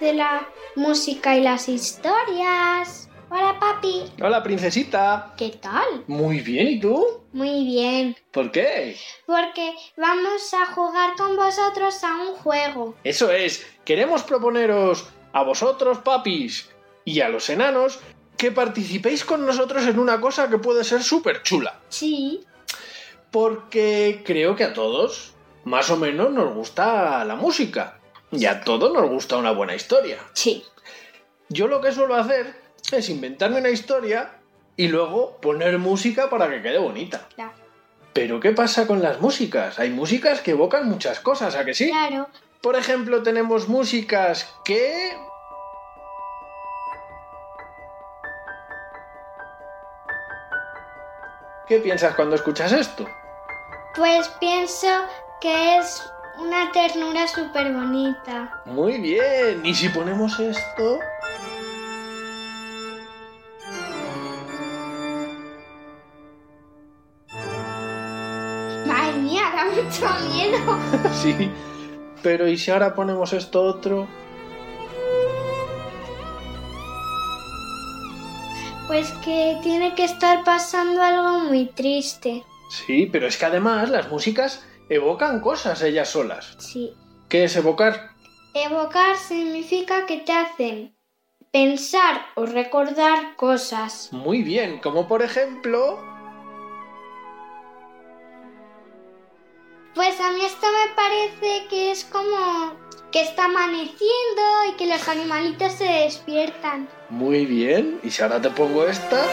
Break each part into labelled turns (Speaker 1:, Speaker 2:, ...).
Speaker 1: de la música y las historias. Hola, papi.
Speaker 2: Hola, princesita.
Speaker 1: ¿Qué tal?
Speaker 2: Muy bien, ¿y tú?
Speaker 1: Muy bien,
Speaker 2: ¿Por qué?
Speaker 1: porque vamos a jugar con vosotros a un juego.
Speaker 2: Eso es, queremos proponeros a vosotros, papis, y a los enanos, que participéis con nosotros en una cosa que puede ser súper chula.
Speaker 1: Sí.
Speaker 2: Porque creo que a todos, más o menos, nos gusta la música. Y a todos nos gusta una buena historia.
Speaker 1: Sí.
Speaker 2: Yo lo que suelo hacer es inventarme una historia y luego poner música para que quede bonita.
Speaker 1: Claro.
Speaker 2: Pero ¿qué pasa con las músicas? Hay músicas que evocan muchas cosas, ¿a que sí?
Speaker 1: Claro.
Speaker 2: Por ejemplo, tenemos músicas que... ¿Qué piensas cuando escuchas esto?
Speaker 1: Pues pienso que es una ternura súper bonita.
Speaker 2: Muy bien, y si ponemos esto...
Speaker 1: Madre mía, da mucho miedo.
Speaker 2: Sí. Pero ¿y si ahora ponemos esto otro?
Speaker 1: Pues que tiene que estar pasando algo muy triste.
Speaker 2: Sí, pero es que además las músicas evocan cosas ellas solas.
Speaker 1: Sí.
Speaker 2: ¿Qué es evocar?
Speaker 1: Evocar significa que te hacen pensar o recordar cosas.
Speaker 2: Muy bien, como por ejemplo...
Speaker 1: Pues a mí esto me parece que es como que está amaneciendo y que los animalitos se despiertan.
Speaker 2: Muy bien, y si ahora te pongo esta...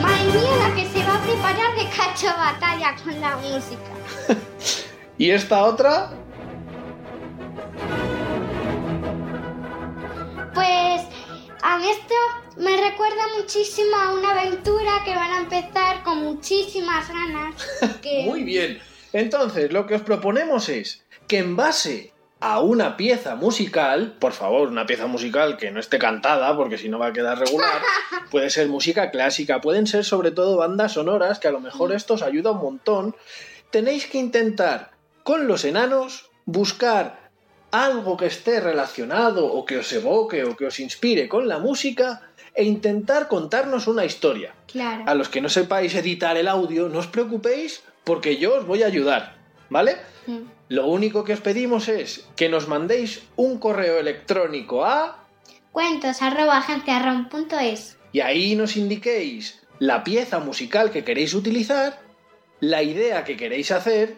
Speaker 1: Madre mía, la que se va a preparar de cacho batalla con la música.
Speaker 2: ¿Y esta otra?
Speaker 1: Pues a mí esto me recuerda muchísimo a una aventura que van a empezar con muchísimas ganas. Que...
Speaker 2: Muy bien. Entonces, lo que os proponemos es que en base a una pieza musical, por favor, una pieza musical que no esté cantada, porque si no va a quedar regular, puede ser música clásica, pueden ser sobre todo bandas sonoras, que a lo mejor esto os ayuda un montón, tenéis que intentar con los enanos buscar algo que esté relacionado o que os evoque o que os inspire con la música e intentar contarnos una historia.
Speaker 1: Claro.
Speaker 2: A los que no sepáis editar el audio, no os preocupéis porque yo os voy a ayudar, ¿vale?
Speaker 1: Mm.
Speaker 2: Lo único que os pedimos es que nos mandéis un correo electrónico a
Speaker 1: Cuentos arroba agenciarom.es.
Speaker 2: y ahí nos indiquéis la pieza musical que queréis utilizar, la idea que queréis hacer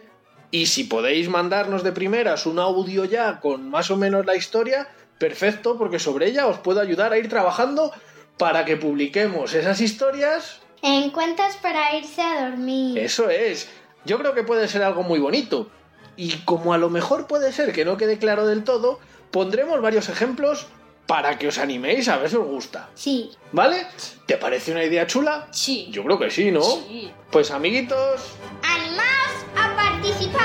Speaker 2: y si podéis mandarnos de primeras un audio ya con más o menos la historia, perfecto, porque sobre ella os puedo ayudar a ir trabajando para que publiquemos esas historias
Speaker 1: En cuentos para irse a dormir.
Speaker 2: Eso es. Yo creo que puede ser algo muy bonito. Y como a lo mejor puede ser que no quede claro del todo, pondremos varios ejemplos para que os animéis a ver si os gusta.
Speaker 1: Sí.
Speaker 2: ¿Vale? ¿Te parece una idea chula?
Speaker 3: Sí.
Speaker 2: Yo creo que sí, ¿no?
Speaker 3: Sí.
Speaker 2: Pues amiguitos,
Speaker 1: ¡Animaos a participar!